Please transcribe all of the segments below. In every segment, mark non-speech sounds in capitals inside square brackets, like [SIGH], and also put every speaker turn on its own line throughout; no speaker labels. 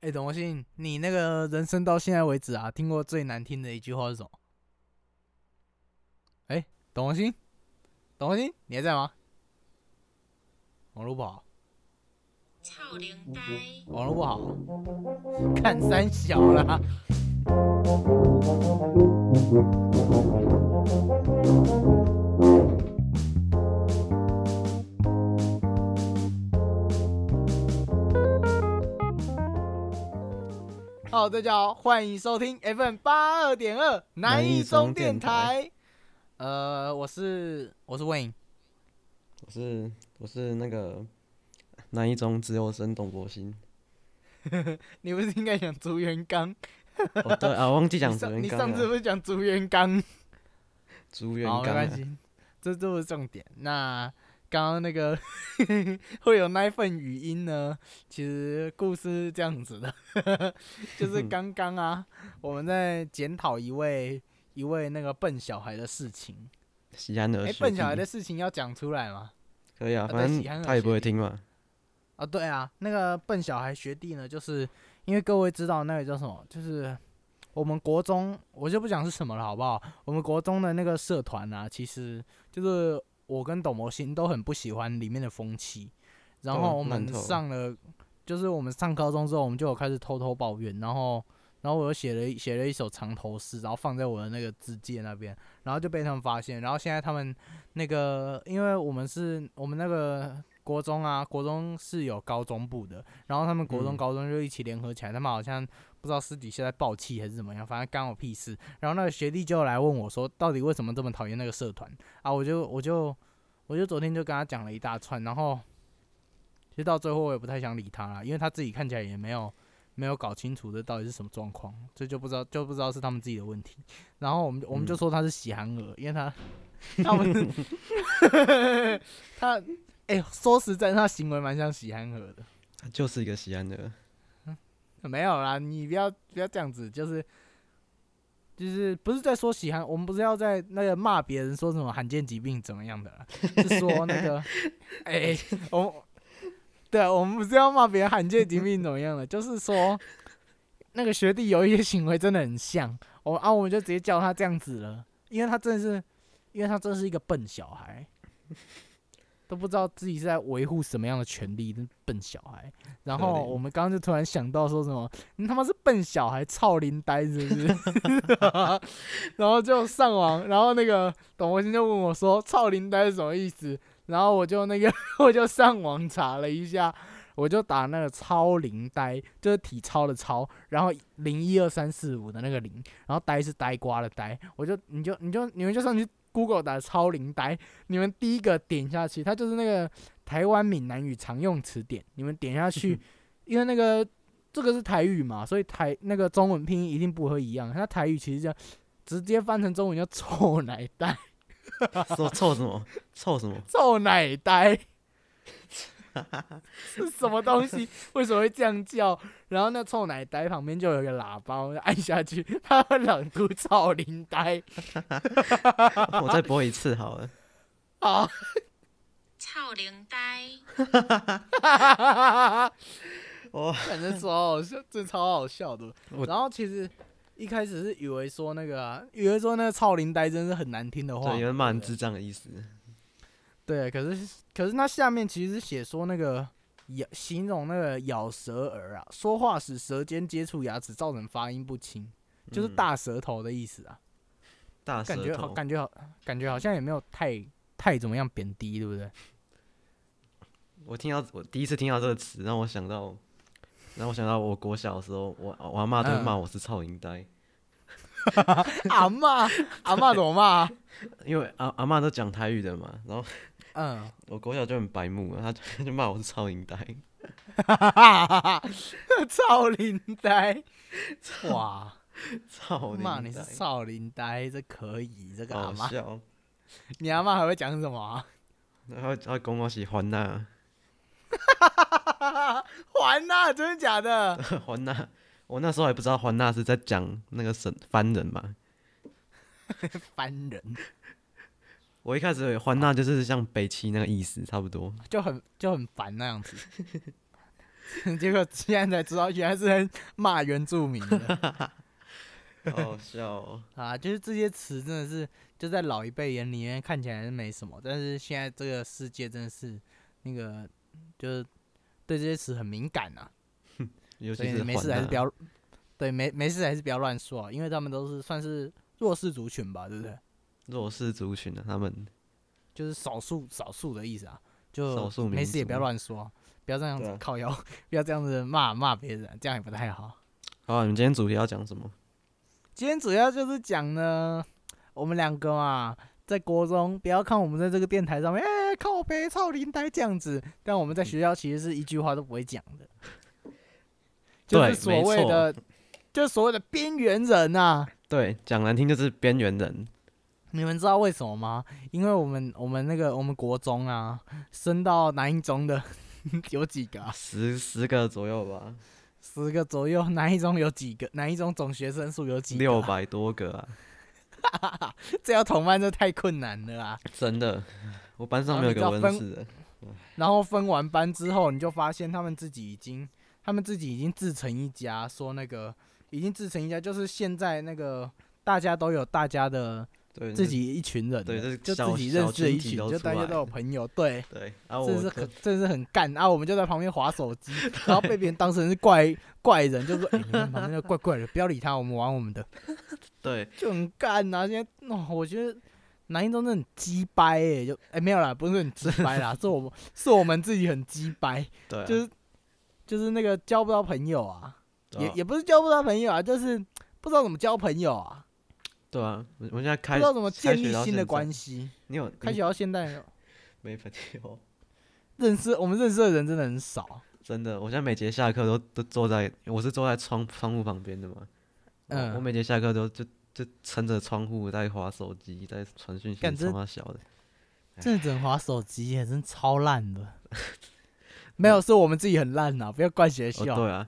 哎、董国信，你那个人生到现在为止啊，听过最难听的一句话是什么？哎、董国信，董国信，你还在吗？网络不好，
臭灵呆，
网络不好， [LAUGHS] 看三小啦。Hello，大家好，欢迎收听 FM 八二点二南一中电台。呃，我是我是魏颖，
我是我是那个南一中自由生董
[LAUGHS]
博鑫。
你不是应该讲竹原刚？
哦，对啊，我忘记讲
你
竹
上
原
你
刚
上次
了。啊
不是讲竹原刚？
竹原
好，
刚
没关
啊，
系，这都是重点。那刚刚那个 [LAUGHS] 会有那一份语音呢？其实故事是这样子的， [LAUGHS] 就是刚刚啊，我们在检讨一位一位那个笨小孩的事情。
西安的
哎、
学
笨小孩
弟
的事情要讲出来吗？
可以啊，
啊对
反
喜安
正
的
他也不
学
会
弟
听嘛。
啊，对啊，那个笨小孩学弟呢，就是因为各位知道那个叫什么，就是我们国中，我就不讲是什么了，好不好？我们国中的那个社团啊，其实就是我跟董博鑫都很不喜欢里面的风气，然
对
后我
烂
们
透了
上了，就是我们上高中之后，我们就有开始偷偷抱怨，然后。然后我又写了一写了一首长头诗，然后放在我的那个字界那边，然后就被他们发现。然后现在他们那个，因为我们是我们那个国中啊，国中是有高中部的，然后他们国中、
嗯
高中就一起联合起来，他们好像不知道私底下在爆气还是怎么样，反正干我屁事。然后那个学弟就来问我说，到底为什么这么讨厌那个社团啊？我就我就我就昨天就跟他讲了一大串，然后其实到最后我也不太想理他啦，因为他自己看起来也没有没有搞清楚这到底是什么状况，这就不知道就不知道是他们自己的问题。然后我们我们就
嗯
说他是喜憨儿，因为他他不是他哎、说实在，他行为蛮像喜憨儿的。
他就是一个西安的，
没有啦，你不要不要这样子，就是就是不是在说喜憨，我们不是要在那个骂别人说什么罕见疾病怎么样的啦，是说那个哎、 [LAUGHS] 我对啊，我们不是要骂别人罕见疾病怎么样的，就是说那个学弟有一些行为真的很像，我啊我们就直接叫他这样子了，因为他真的是，因为他真的是一个笨小孩。都不知道自己是在维护什么样的权利的笨小孩，然
可
后
怜
我们刚刚就突然想到说什么，你他妈是笨小孩，操林呆是不是？ [LAUGHS] 然后就上网，然后那个董博鑫就问我说：“操林呆是什么意思？”然后我就那个我就上网查了一下，我就打那个超龄呆，就是体操的超，然后零一二三四五的那个零，然后呆是呆瓜的呆，我就你就你就你们就上去 Google 打超龄呆，你们第一个点下去，它就是那个台湾闽南语常用词典，你们点下去，因为那个这个是台语嘛，所以台那个中文拼音一定不会一样，它台语其实叫直接翻成中文叫臭奶呆，
[LAUGHS] 说臭什么臭什么？
臭奶呆。 [LAUGHS]
[LAUGHS]
是什么东西？为什么会这样叫？然后那臭奶呆旁边就有一个喇叭，我就按下去，它会朗读“臭林呆 [LAUGHS]
我再播一次好了。”
啊！
臭灵呆，
哇，
反正超好笑，真的超好笑的
哦我。
然后其实一开始是以为说那个、啊，以为说那个“超林呆”真是很难听的话，
对，有人骂
对
人
不对
智障的意思。
对，可是可是那下面其实是写说那个咬形容那个咬舌儿啊，说话使舌尖接触牙齿，造成发音不清，就是
嗯
大舌头的意思啊。
大
感
舌
觉好，
头，
感觉好，感觉好像也没有太太怎么样贬低，对不 [LAUGHS] 对？
我听到我第一次听到这个词，让我想到，让我想到我国小的时候，我我阿妈都会
嗯
骂我是臭银呆，
阿嬷，阿嬷怎么骂啊？
因为阿阿妈都讲台语的嘛，然后
嗯， [LAUGHS]
我国小就很白目，啊，她就她就骂我是超银呆，
哈哈哈哈哈，超龄呆，哇，
操哦你！
骂你是少龄呆，这可以，这个阿
好
妈，
笑，
你阿妈还会讲什么啊？ [LAUGHS]
然后他讲我是还 [LAUGHS] 呐，
还呐、真的假的？ [LAUGHS]
还呐，我那时候还不知道还呐是在讲那个神番人嘛，
烦人，
我一开始以为
[LAUGHS]
还呐就是像北齐那个意思差不多，
就很就很烦那样子。 [LAUGHS] 结果现在才知道原来是在骂原住民的 [LAUGHS]
好好笑哦。
啊！就是这些词真的是就在老一辈眼里面看起来是没什么，但是现在这个世界真的是那个就是对这些词很敏感啊，
尤
所
其
以
是
没事还是
环
不
啊
要对没没事还是不要乱说、啊，因为他们都是算是弱势族群吧，对不对？
弱势族群啊的、他们
就是少数少数的意思啊，
少
就
数
没
民
事也不要
族
乱说，不要这样
对
子
啊
靠腰， [LAUGHS] 不要这样子骂骂别人，这样也不太好。
好、啊，你们今天主题要讲什么？
今天主要就是讲呢，我们两个嘛，在国中，不要看我们在这个电台上面，哎、靠背操林呆这样子，但我们在学校其实是一句话都不会讲
[LAUGHS]
的，就是
对
所
没
谓
错
的，就是所谓的边缘人呐、
对，讲难听就是边缘人。
你们知道为什么吗？因为我们我们那个我们国中啊，升到南一中的 [LAUGHS] 有几个、啊，
十十个左右吧，
十个左右，南一中有几个？南一中总学生数有几个、
六，百多个啊，
[LAUGHS] 这要统办这太困难了啊！
真的，我班上没有一
然
个
啊后你知道
温室的，
然后分完班之后，你就发现他们自己已经，他们自己已经自成一家，说那个已经自成一家，就是现在那个大家都有大家的
对
自己一群人了，
对这
就
小
自己认识的一
小群
群，
体都
就大
出
家
来
都有朋友，
[LAUGHS]
对。
对，啊我
这是
可
很，这是很干啊！我们就在旁边划手机，然后被别人当成是怪怪人，就说：“哎、你看旁边那个怪怪的，不要理他，我们玩我们的。”
对
就很干呐、现在、哦、我觉得南一中真的很鸡掰哎、就哎、没有啦，不是很鸡掰啦， [LAUGHS] 是我们是我们自己很鸡掰，
对啊，
就是就是那个交不到朋友啊，
对
也
啊
也不是交不到朋友啊，就是不知道怎么交朋友啊，
对啊，我我们现在
不
开
知道怎么
开
建
学
立
到
新的
现在
关系。
你有
开
你
学到现在
没 [LAUGHS] 朋友？
认识我们认识的人真的很少，
真的，我现在每节下课都都坐在，我是坐在窗窗户旁边的嘛。我
嗯
我每节下课都就就撑着窗户在划手机，在传讯息，
干这
冲他小的。哎
真的只能滑手机耶，真的超烂
[LAUGHS]
的。没有，是我们自己很烂呐、啊不要怪学
哦，
校。
对啊，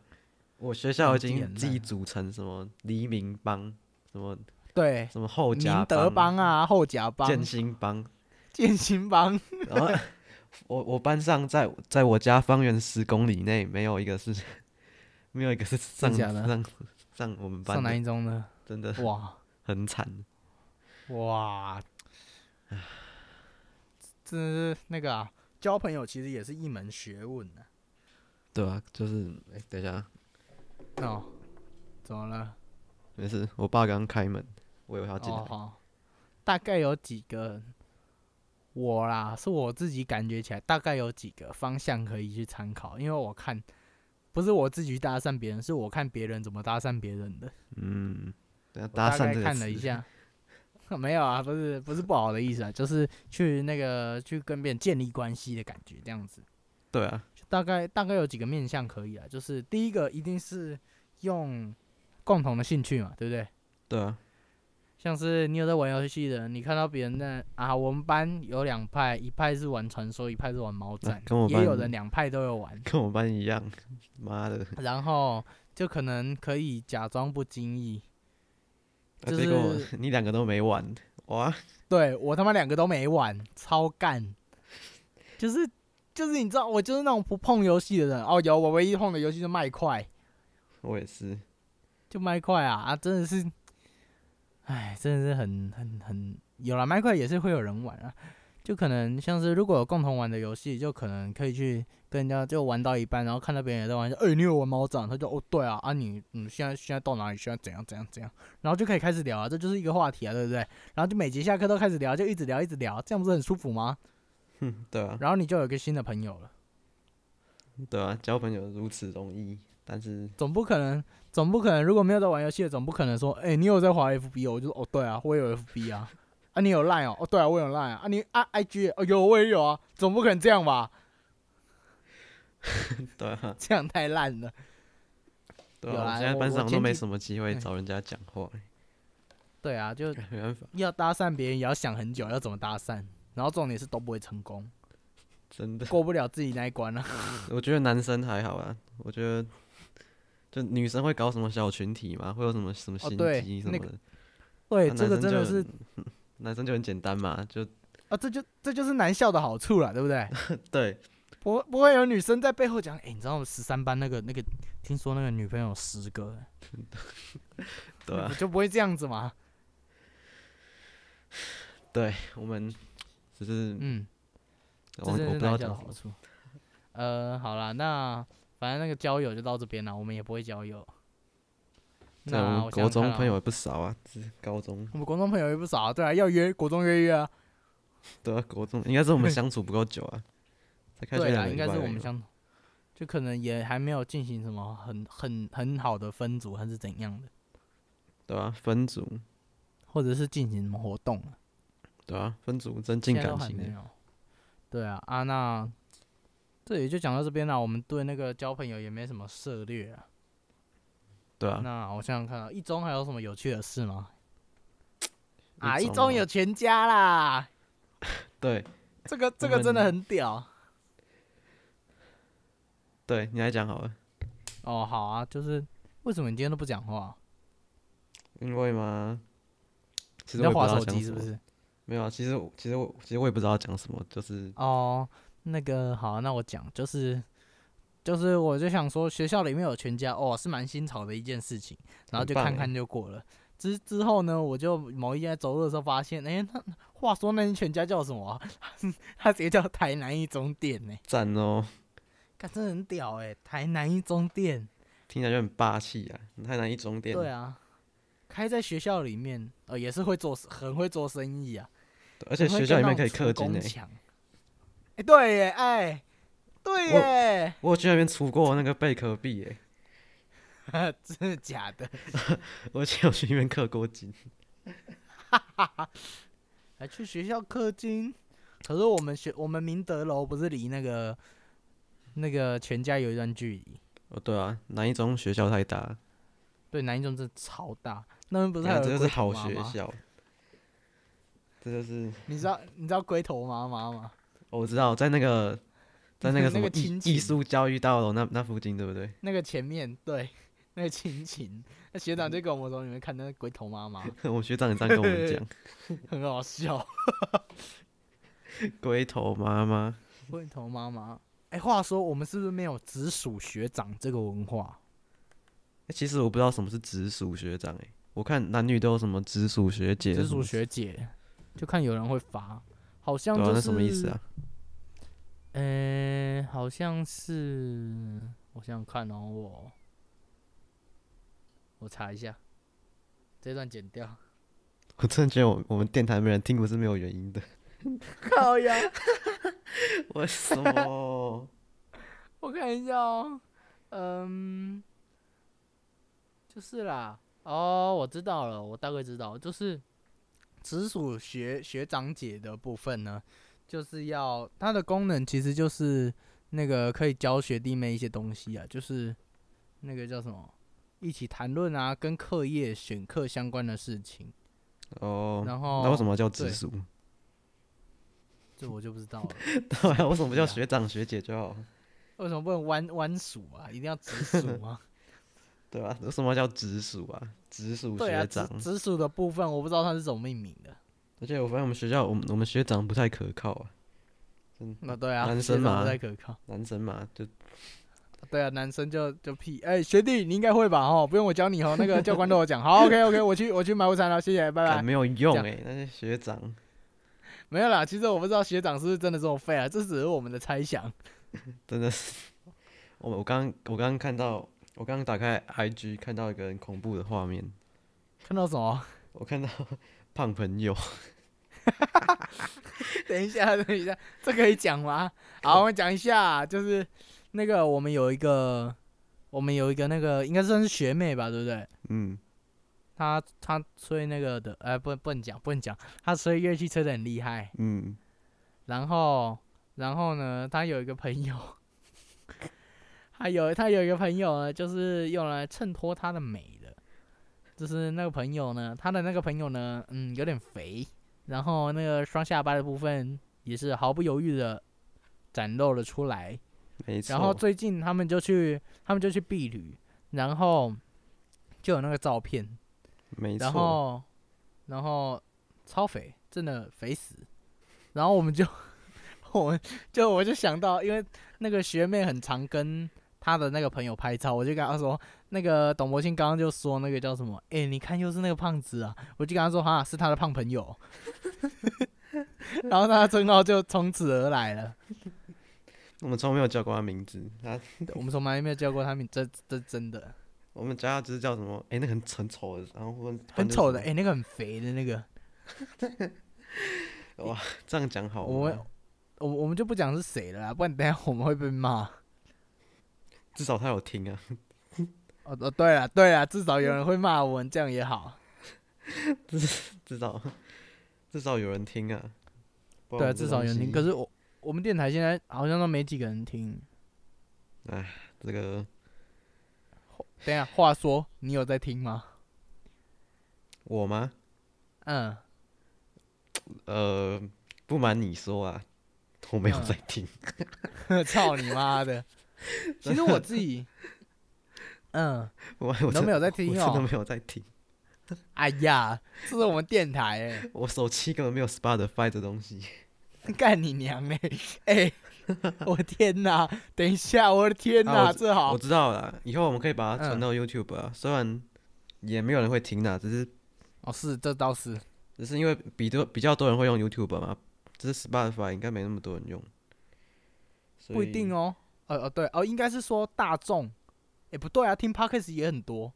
我学校
我
已
自己
经
很
自己
烂
组成什么黎明帮，什么
对，
什么后
明
家
德帮、啊，后甲帮、
建新帮，
建行帮，
然后我我班上在在我家方圆十公里内没有一个是 [LAUGHS] 没有一个是上
假的
上上我们 [LAUGHS] 班
上
的
南一中呢？
真的
哇
[LAUGHS] 很惨。
哇，真的是那个啊，交朋友其实也是一门学问啊呢、
对啊，就是哎、等一下，
哦，怎么了？
没事，我爸刚开门，我以为他进来。
哦好，大概有几个我啦，是我自己感觉起来，大概有几个方向可以去参考，因为我看不是我自己去搭讪别人，是我看别人怎么搭讪别人的。
嗯，等下
我
搭
大
讪
概
这个
看了
词
一，下， [LAUGHS] 没有啊，不是不是不好的意思啊，就是去那个去跟别人建立关系的感觉，这样子。
对啊，
就大概大概有几个面向可以啊，就是第一个一定是用共同的兴趣嘛，对不对？
对啊，
像是你有在玩游戏的，你看到别人在啊，我们班有两派，一派是玩传说，一派是玩毛
那
战，
啊跟我
也有
班
人两派都有玩，
跟我班一样，妈的，
然后就可能可以假装不经意，
啊
就
结果我 [LAUGHS]
是
你两个都没玩，哇，
对我他妈两个都没玩，超干，就是就是你知道，我就是那种不碰游戏的人哦，有我唯一碰的游戏就麦块，
我也是，
就麦块啊啊，真的是，哎，真的是很很很有了麦块也是会有人玩啊，就可能像是如果有共同玩的游戏，就可能可以去跟人家就玩到一半，然后看到别人也在玩，就哎、你有玩猫掌，他就哦对啊啊你嗯现在现在到哪里，现在怎样怎样怎样，然后就可以开始聊啊，这就是一个话题啊，对不对？然后就每节下课都开始聊，就一直聊一直聊，这样不是很舒服吗？
哼，对啊，
然后你就有一个新的朋友了。
对啊，交朋友如此容易，但是
总不可能，总不可能，如果没有在玩游戏的，总不可能说，哎、你有在滑 FB 哦？我就说，哦，对啊，我有 FB 啊。啊，你有 Line 哦？哦，对啊，我有 Line 啊。啊，你啊 IG 哦，有我也有啊。总不可能这样吧？ [LAUGHS]
对啊，
这样太烂了。
对
有
啊，我
啦
现在
我
班
我
上都
前
没
几
什么机会
哎
找人家讲话，
对啊，就
[LAUGHS] 没办法，
要搭讪别人，也要想很久，要怎么搭讪。然后重点是都不会成功，
真的，
过不了自己那一关啊。
[LAUGHS] 我觉得男生还好啊，我觉得就女生会搞什么小群体嘛，会有什么什么
哦
心
对
机什
那
么
个
的，
对，
啊
这个
男生
真的
就是男生就很简单嘛，就 [LAUGHS]
啊，这就这就是男校的好处了，对不对？
对，
不不会有女生在背后讲，哎、你知道我十三班那个那个，听说那个女朋友有十个，
对啊，
就不会这样子嘛？
对我们只是
嗯，
我
这
我
是
不知
哪
道
一家的
讲什
好
么，
处。呃，好啦，那反正那个交友就到这边了，我们也不会交友。
在
那
我
我
们
想想
国
看
中
啊
朋友，也不少啊，只是高中
我们国中朋友也不少啊，对啊，要约国中约约啊，
对啊，国中应该是我们相处不够久啊，才开学
对
两
啊，
个
应
礼
该
拜
是
而
我
已
们
嘛
相，就可能也还没有进行什么很很很好的分组还是怎样的，
对啊，分组
或者是进行什么活动啊，
对啊，分组增进
现在
感
都还
情
没
欸，
有。对啊，啊那这也就讲到这边了，我们对那个交朋友也没什么涉略啊。
对啊，
那我想想看啊，一中还有什么有趣的事吗？啊，
啊
一
一
中
中
有
有
全家啦，
对
这个这
这
个
个
真
真
的
的
很屌
对，你来讲好了，
哦。好啊，就是为什么你今天都不讲话？啊
因为嘛，其
你在
实我也不
划
知道
手
讲
机
什
是不
么，
是？
没有啊，其实我其实我其实我也不知道讲什么，就是
哦，那个好啊、那我讲就是就是我就想说学校里面有全家哦，是蛮新潮的一件事情，然后
很
就
棒
看
欸
看就过了。之之后呢，我就某一天在走路的时候发现，哎、那话说那间全家叫什么、啊？ [LAUGHS] 他直接叫台南一中店呢、
赞哦，
看真的很屌哎、台南一中店。
听起来就很霸气啊，太南一中店，
对啊，开在学校里面，呃，也是会做生很会做生意啊，
对而且
很会
学校
跟
里面
那
可以
种
氪
成
金
功
欸诶、
抢。哎、对耶，哎，对
我
耶， [LAUGHS]
我有去那边除过那个贝壳币欸诶、
真的假的？
我而且有去那边氪过金，
还去学校氪金？可是我们学我们明德楼不是离那个那个全家有一段距离？
哦对啊，南一中学校太大了，
对，南一中真的超大，那边不是
你
还有
看啊这就是
龟头
好
妈
学
妈？
校，这就是。
你知道你知道龟头妈妈吗？
哦我知道，在那个在那个
[LAUGHS]
什
那
么
个
艺
亲情
艺术教育大楼那那附近，对不对？ [LAUGHS]
那个前面对，那个亲情，那学长就跟我们说，你们看那个龟头妈妈
我学长也这样跟我们
[LAUGHS]
讲，
很好笑。
龟头妈妈，
龟头妈妈。哎、话说我们是不是没有直属学长这个文化？
欸其实我不知道什么是直属学长、欸，我看男女都有什么直属学姐，
直
什
属
么，
学姐，就看有人会发，好像
对
就是、，
啊那什么意思啊？？
呃、好像是，我想想看哦，我我查一下，这段剪掉。
[LAUGHS] 我真的觉得我我们电台没人听，不是没有原因的。
靠呀！
[LAUGHS] 为什么？
我看一下哦，嗯，就是啦，哦，我知道了，我大概知道，就是直属学学长姐的部分呢，就是要它的功能其实就是那个可以教学弟妹一些东西啊，就是那个叫什么，一起谈论啊，跟课业选课相关的事情，
[LAUGHS] 哦，
然后
那为什么叫直
对
[LAUGHS] 属？啊
这我就不知道了， [LAUGHS]
对啊，为什么不
啊
叫学长学姐就好？
为什么不能弯弯属啊？一定要直属
[LAUGHS]
吗？
对吧、为什么叫直属啊？直属
对啊，
学
直
长。
直属的部分我不知道它是怎么命名的。
而且我发现我们学校，我们我们学长不太可靠啊。
那对啊，
男
学
生
长不
嘛
太可靠。
男生嘛，就
对啊，男生就就屁。哎、学弟，你应该会吧？哦，不用我教你哦，那 [LAUGHS] 个教官都有讲。好，OK [LAUGHS] OK，我去我去买午餐了，谢谢，拜
干
拜。
没有用
样
哎、那些学长，
没有啦，其实我不知道学长是不是真的这么废啊，这只是我们的猜想。
真的是， [LAUGHS] 我我刚我刚刚看到，我刚刚打开 IG 看到一个很恐怖的画面，
看到什么？
我看到 [LAUGHS] 胖朋友，
等一下， [LAUGHS] 等一下，这可以讲 [LAUGHS] 吗？好，我们讲一下，就是那个我们有一个，我们有一个那个应该算是学妹吧，对不对？
嗯，
她她吹那个的，哎、不不能讲，不能讲，她吹乐器吹的很厉害。
嗯，
然后，然后呢，他有一个朋友， [LAUGHS] 他有他有一个朋友呢，就是用来衬托他的美的，就是那个朋友呢，他的那个朋友呢，嗯，有点肥，然后那个双下巴的部分也是毫不犹豫的展露了出来。
没错。
然后最近他们就去，他们就去避旅，然后就有那个照片，
没
然
错，
后，然后超肥，真的肥死。然后我们就， [LAUGHS] 我就我就想到，因为那个学妹很常跟她的那个朋友拍照，我就跟她说，那个董博庆刚刚就说那个叫什么，哎、你看又是那个胖子啊，我就跟她说哈，是她的胖朋友， [LAUGHS] 然后她的称号就从此而来
[LAUGHS]
了。
我们从来没有叫过他名字，他
我们从来没有叫过他名，这这真的
我们叫他就是叫什么？哎、那个很很丑的，然后或
很丑的，哎、
哎、
那个很肥的那个，
这样讲好吗，
我们我我们就不讲是谁了啦，不然等一下我们会被骂。
至少他有听啊，
哦哦，对了对了，至少有人会骂我们，这样也好。
至少 [LAUGHS] 至少有人听啊。不
对
然
啊，
这
至少有人听。
东西
可是我我们电台现在好像都没几个人听。
这个
等一下，话说你有在听吗？
我吗？
嗯， [LAUGHS]
呃，不瞒你说啊，我没有
嗯
在听。
操你妈的！ [LAUGHS] 其实我自己， [LAUGHS] 嗯，
我我
都
真
没有在听
我真
哦
的没有在听。
哎呀，这是我们电台哎、
我手机根本没有 Spotify 这东西。
干你娘哎、哎、 [LAUGHS] 我天哪！等一下，我的天
啊
哪，
我
这好
我知道了，以后我们可以把它
哦嗯
传到 YouTube 啊，虽然也没有人会听啦，只是
哦，是这倒是
只是因为比多比较多人会用 YouTube 嘛，只是 Spotify 应该没那么多人用，所
不一定
哦。
哦。哦哦对哦，应该是说大众，哎、不对啊，听 podcast 也很多。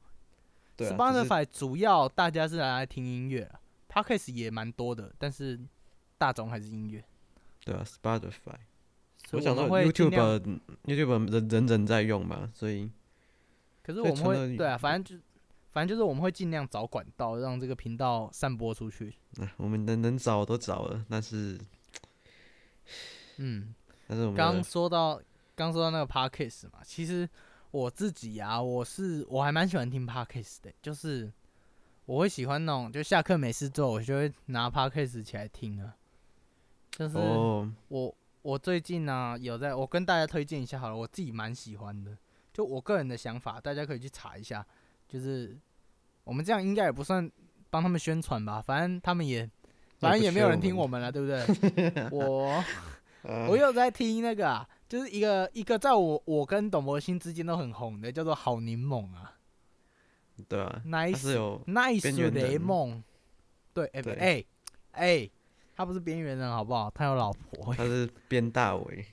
对啊，只是
Spotify 主要大家是拿来听音乐啦，Podcast 也蛮多的，但是大众还是音乐。
对啊，Spotify。
所以
我
我
想
们
到
会尽量
YouTube 啊 YouTube 人人人在用嘛，所以
可是
所以
我们
传到
会对啊，反正就反正就是我们会尽量找管道让这个频道散播出去。
啊我们能能找都找了，但是
嗯，
但是我们的
刚说到刚说到那个 Podcast 嘛，其实我自己啊，我是我还蛮喜欢听 Podcast 的，就是我会喜欢那种就下课没事做，我就会拿 Podcast 起来听啊，就是。
哦，
我我最近呢、有在，我跟大家推荐一下好了，我自己蛮喜欢的，就我个人的想法，大家可以去查一下。就是我们这样应该也不算帮他们宣传吧，反正他们也反正也没有人听我们了，对不对？
[LAUGHS]
我
呃
我有在听那个、啊，就是一个一个在我我跟董博鑫之间都很红的，叫做好柠檬啊
对啊，他是
，nice
有
nice
缘人
雷梦，对，哎
对
哎哎，他不是边缘人好不好？他有老婆，
他是边大伟，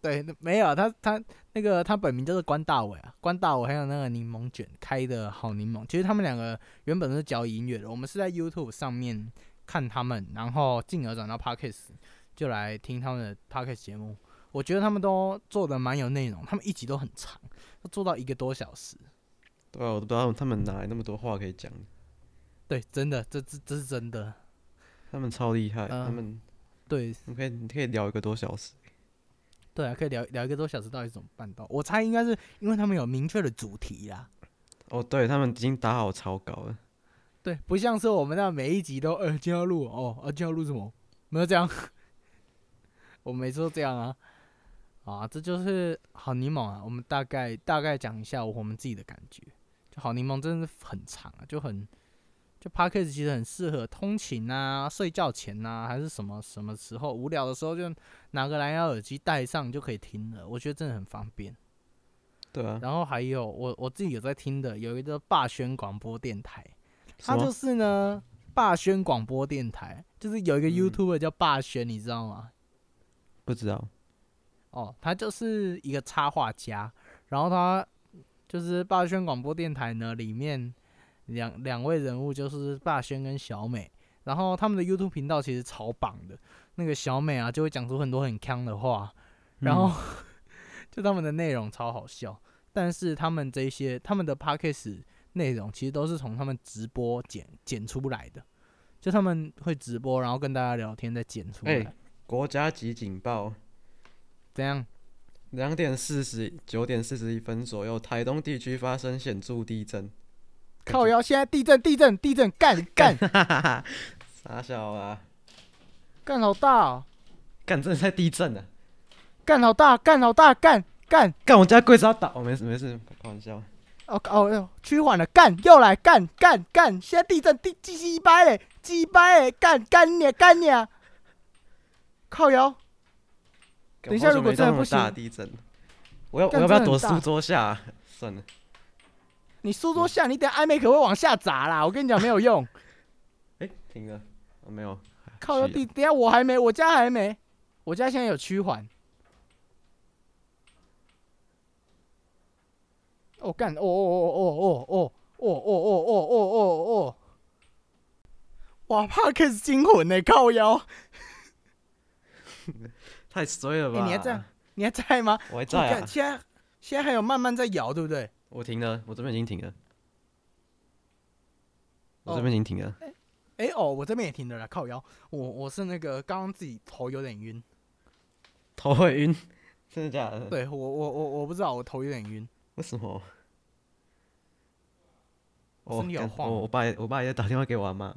对，那没有他，他那个他本名就是关大伟啊，关大伟还有那个柠檬卷开的好柠檬，其实他们两个原本都是教音乐的，我们是在 YouTube 上面看他们，然后进而转到 Podcast，就来听他们的 Podcast 节目。我觉得他们都做的蛮有内容，他们一集都很长，都做到一个多小时。
对啊，我都不知道他们哪来那么多话可以讲，
对，真的，这这这是真的。
他们超厉害，他
嗯
们
对
你可以你可以聊一个多小时，
对啊，可以聊聊一个多小时，到底怎么办到？我猜应该是因为他们有明确的主题啦。
哦，对他们已经打好草稿了，
对，不像是我们那每一集都呃今天要录哦，呃今天要录什么，没有这样， [LAUGHS] 我们每次都这样啊，啊，这就是好柠檬啊，我们大概大概讲一下我们自己的感觉，就好柠檬真的是很长啊，就很就 p a c k a g e 其实很适合通勤啊、睡觉前呐、还是什么什么时候无聊的时候就拿个蓝牙耳机戴上就可以听了，我觉得真的很方便。
对啊，
然后还有我我自己有在听的，有一个霸轩广播电台。
什
他就
么
是呢，霸轩广播电台，就是有一个
嗯
YouTuber 叫霸轩，你知道吗？
不知道，
哦，他就是一个插画家，然后他就是霸轩广播电台呢里面两两位人物就是霸轩跟小美，然后他们的 YouTube 频道其实超棒的，那个小美啊就会讲出很多很坑的话，然后、 [LAUGHS] 就他们的内容超好笑，但是他们这一些他们的 podcast 内容其实都是从他们直播剪剪出来的，就他们会直播，然后跟大家聊天再剪出来，
哎国家级警报，
怎样？
两点四十九点四十一分左右，台东地区发生显著地震。
靠腰，现在地震，地震，地震，干干
干， [LAUGHS] 傻小啊，
干好大、哦，
干真的在地震啊！
干好大，干好大，干干
干我家柜子要倒，哦没事没事，开玩笑。
哦哦哟，趋缓了，干又来干干干，现在地震地鸡鸡掰嘞，鸡掰嘞，干干你啊干你啊，靠腰，等一下如果
好久没
真的不
到那么大
行
地震，我要我
干
要不要
真的
躲
很大
书桌下啊？ [LAUGHS] 算了，
你书桌下，你等下 iMac 会往下砸啦！我跟你讲没有用，
哎、停了，哦没有，
靠
是
到地，等下我还没，我家还没，我家现在有趋缓。哦干，哦哦哦哦哦哦哦哦哦哦哦哦哦！哇 p a r k 惊魂呢、靠腰，
太衰了
哎
吧？
你还这样，你还在吗？
我
[LAUGHS]
还
我
在
看
啊，
现在现在还有慢慢在摇，对不对？
我停了，我这边已经停了，我
哦
这边已经停了。
哎、哦，我这边也停了啦，靠腰。我我是那个刚刚自己头有点晕，
头会晕， [LAUGHS] 真的假的？，
对我我我我不知道，我头有点晕。
为什么？哦
我身体有
干
晃
我我爸也我爸也在打电话给我阿妈，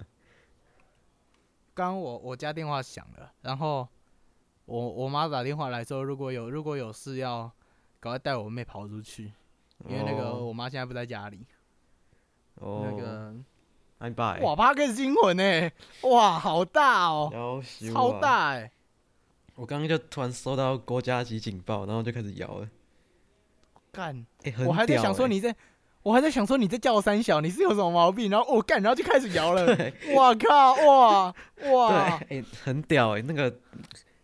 刚刚我我家电话响了，然后我我妈打电话来说，如果有如果有事要赶快带我妹跑出去，因为那个
哦
我妈现在不在家里。
哦
那个
阿爸欸，
哇，八个惊魂哎、哇，好大哦、
要啊死我
超！大哎、
我刚刚就突然收到国家级警报，然后就开始摇了。
干！
哎、很
我还在
屌
想说
欸
你在，我还在想说你在叫我三小，你是有什么毛病？然后我、哦、干，然后就开始摇了，
[LAUGHS]
哇靠，哇
对，
哇
哎、，很屌哎、那个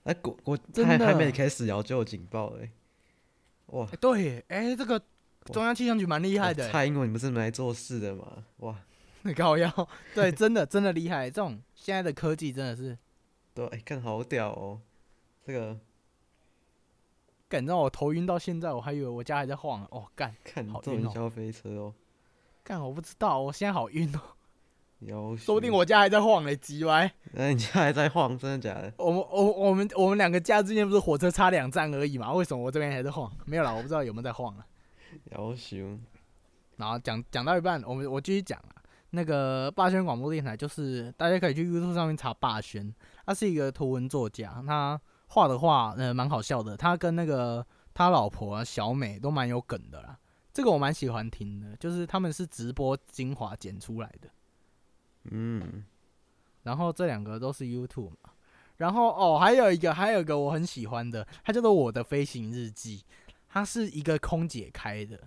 哎、国国
真
还还
的
没开始摇就有警报哎、哇！
哎对耶，哎、这个中央气象局蛮厉害的、
哇
欸，
蔡英文你不是来做事的吗？哇，
[LAUGHS] 很高腰，对， [LAUGHS] 真的真的厉害，这种现在的科技真的是。
对，哎、看好屌哦、这个
干让我头晕到现在，我还以为我家还在晃呢。哦，干
看
好
坐
晕
云
哦
霄飞车哦、
干，我不知道，我现在好晕哦，
摇
说不定
死
我家还在晃嘞，急歪。
那、你家还在晃，真的假的？
我们我我们我们两个家之间不是火车差两站而已嘛？为什么我这边还在晃？没有啦，我不知道有没有在晃啊。
摇熊，
然后讲讲到一半，我们我继续讲啊。那个霸轩广播电台就是大家可以去 YouTube 上面查霸轩，他是一个图文作家，他画的画呃蛮好笑的，他跟那个他老婆、啊、小美都蛮有梗的啦。这个我蛮喜欢听的，就是他们是直播精华剪出来的。
嗯，
然后这两个都是 YouTube 嘛。然后哦，还有一个，还有一个我很喜欢的，它叫做《我的飞行日记》，它是一个空姐开的，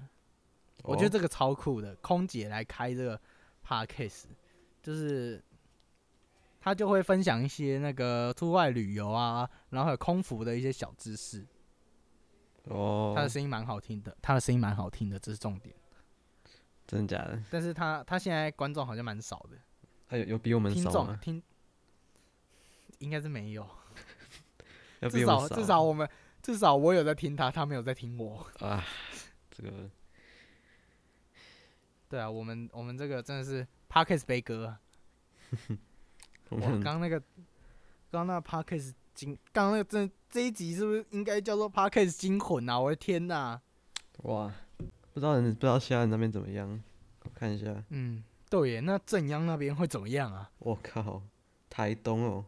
我觉得
这
这个超酷的，空姐来开这个 podcast，就是她就会分享一些那个出外旅游啊，然后还有空服的一些小知识。
哦，
她的声音蛮好听的，她的声音蛮好听的，这是重点。
真的假的？
但是她她现在观众好像蛮少的，
他有有比我们
听
少啊
众
吗？
听应该是没有。
要比
至
我
少
们少
至少我们至少我有在听他，他没有在听我。 [LAUGHS]
啊，这个
对啊，我们我们这个真的是 Parkes 悲歌 [LAUGHS] 啊！
我
哇，
们
刚刚那个刚刚那 Parkes 惊，刚刚那个真的这一集是不是应该叫做 Parkes 惊魂啊？我的天呐、
哇，不知道人不知道西安那边怎么样？我看一下，
嗯，对耶，那正央那边会怎么样啊？
我靠，台东哦，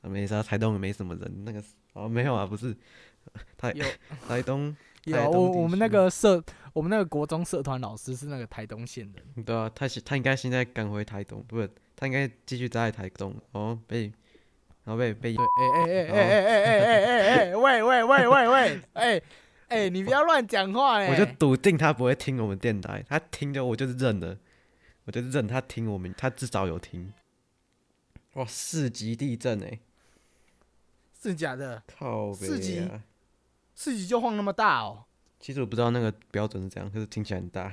啊没啥，台东也没什么人，那个是哦没有啊，不是 [LAUGHS] 台
有
台东，台
有，啊
东
我
地
我们
区
那个社，我们那个国中社团老师是那个台东县的，
对啊，他现他应该现在赶回台东，不是，他应该继续待在台东，哦被，然后被被
对，哎哎哎哎哎哎哎哎哎哎，喂喂喂喂喂，哎哎，你不要乱讲话哎！
我就笃定他不会听我们电台，他听着我就是认了，我就是认他听我们，他至少有听。哇，四级地震哎、
是假的，
靠北、啊！
四级四级就晃那么大哦。
其实我不知道那个标准是怎样，可是听起来很大。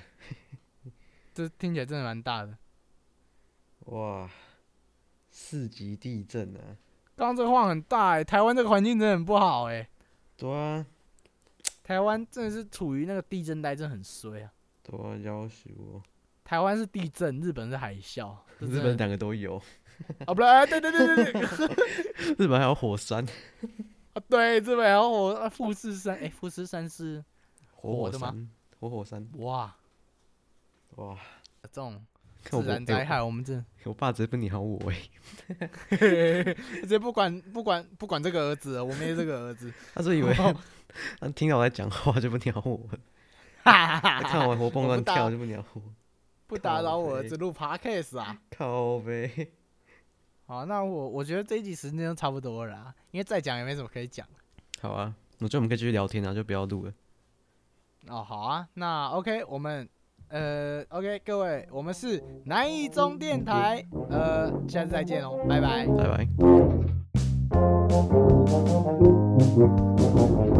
这听起来真的蛮大的。
哇，四级地震啊！
刚刚这个晃很大哎、台湾这个环境真的很不好哎、
对啊，
台湾真的是处于那个地震带，真的很衰啊。
对啊，要死我！
台湾是地震，日本是海啸，这
日
真
本
的
两个都有，
啊，不对，哎对对对对对， [LAUGHS]
日本还有火山，
啊对，日本还有我啊富士山，哎、富士山是
活
火
火
的吗
山，活火山，
哇，
哇！
这 [LAUGHS] 种
看
自
我
然
哎
灾害，我们这
我我爸直接不鸟我
[LAUGHS]
哎、
直接不管不管不管这个儿子了，我没这个儿子，
他是以为
哦
[LAUGHS] 他听到我在讲话就不鸟我，
[LAUGHS] 哈哈
他
哈，
看我活蹦
啊我不
乱
打
跳就不鸟我，
不打扰我儿
靠
子录 podcast 啊。
靠呗！
啊好，那我我觉得这一集时间就差不多了啦，因为再讲也没什么可以讲。
好啊，我觉得我们可以继续聊天啊，就不要录了。
哦，好啊，那 OK，我们呃 OK 各位，我们是南一中电台，呃，下次再见哦，拜拜。
拜拜。
Thank you.